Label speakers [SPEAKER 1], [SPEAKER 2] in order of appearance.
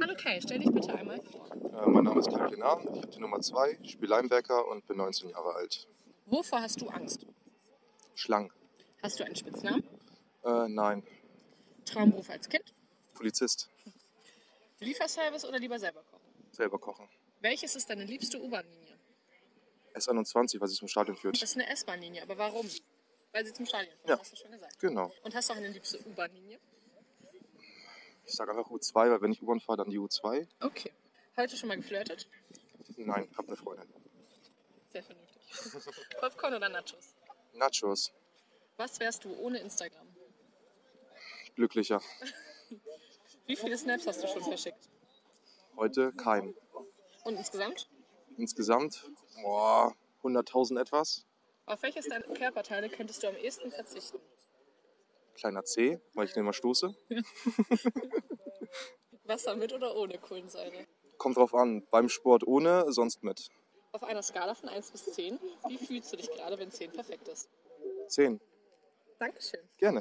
[SPEAKER 1] Hi, stell dich bitte einmal vor.
[SPEAKER 2] Äh, mein Name ist Kai Plenar, ich habe die Nummer 2, ich spiele Leimwerker und bin 19 Jahre alt.
[SPEAKER 1] Wovor hast du Angst?
[SPEAKER 2] Schlang.
[SPEAKER 1] Hast du einen Spitznamen?
[SPEAKER 2] Äh, nein.
[SPEAKER 1] Traumberuf als Kind?
[SPEAKER 2] Polizist.
[SPEAKER 1] Lieferservice oder lieber selber kochen?
[SPEAKER 2] Selber kochen.
[SPEAKER 1] Welches ist deine liebste U-Bahn-Linie?
[SPEAKER 2] S21, was sie zum Stadion
[SPEAKER 1] Das
[SPEAKER 2] führt.
[SPEAKER 1] ist eine S-Bahn-Linie, aber warum? Weil sie zum Stadion fährt,
[SPEAKER 2] Ja.
[SPEAKER 1] hast du schon gesagt.
[SPEAKER 2] Genau.
[SPEAKER 1] Und hast du auch eine liebste U-Bahn-Linie?
[SPEAKER 2] Ich sage einfach U2, weil wenn ich U-Bahn fahre, dann die U2.
[SPEAKER 1] Okay. Heute schon mal geflirtet?
[SPEAKER 2] Nein, hab eine Freundin.
[SPEAKER 1] Sehr vernünftig. Popcorn oder Nachos?
[SPEAKER 2] Nachos.
[SPEAKER 1] Was wärst du ohne Instagram?
[SPEAKER 2] Glücklicher.
[SPEAKER 1] Wie viele Snaps hast du schon verschickt?
[SPEAKER 2] Heute kein.
[SPEAKER 1] Und insgesamt?
[SPEAKER 2] Insgesamt, boah, 100.000 etwas.
[SPEAKER 1] Auf welches deiner Körperteile könntest du am ehesten verzichten?
[SPEAKER 2] Kleiner C, weil ich den immer stoße.
[SPEAKER 1] Wasser mit oder ohne Kohlensäure?
[SPEAKER 2] Kommt drauf an, beim Sport ohne, sonst mit.
[SPEAKER 1] Auf einer Skala von 1 bis 10, wie fühlst du dich gerade, wenn 10 perfekt ist?
[SPEAKER 2] 10.
[SPEAKER 1] Dankeschön.
[SPEAKER 2] Gerne.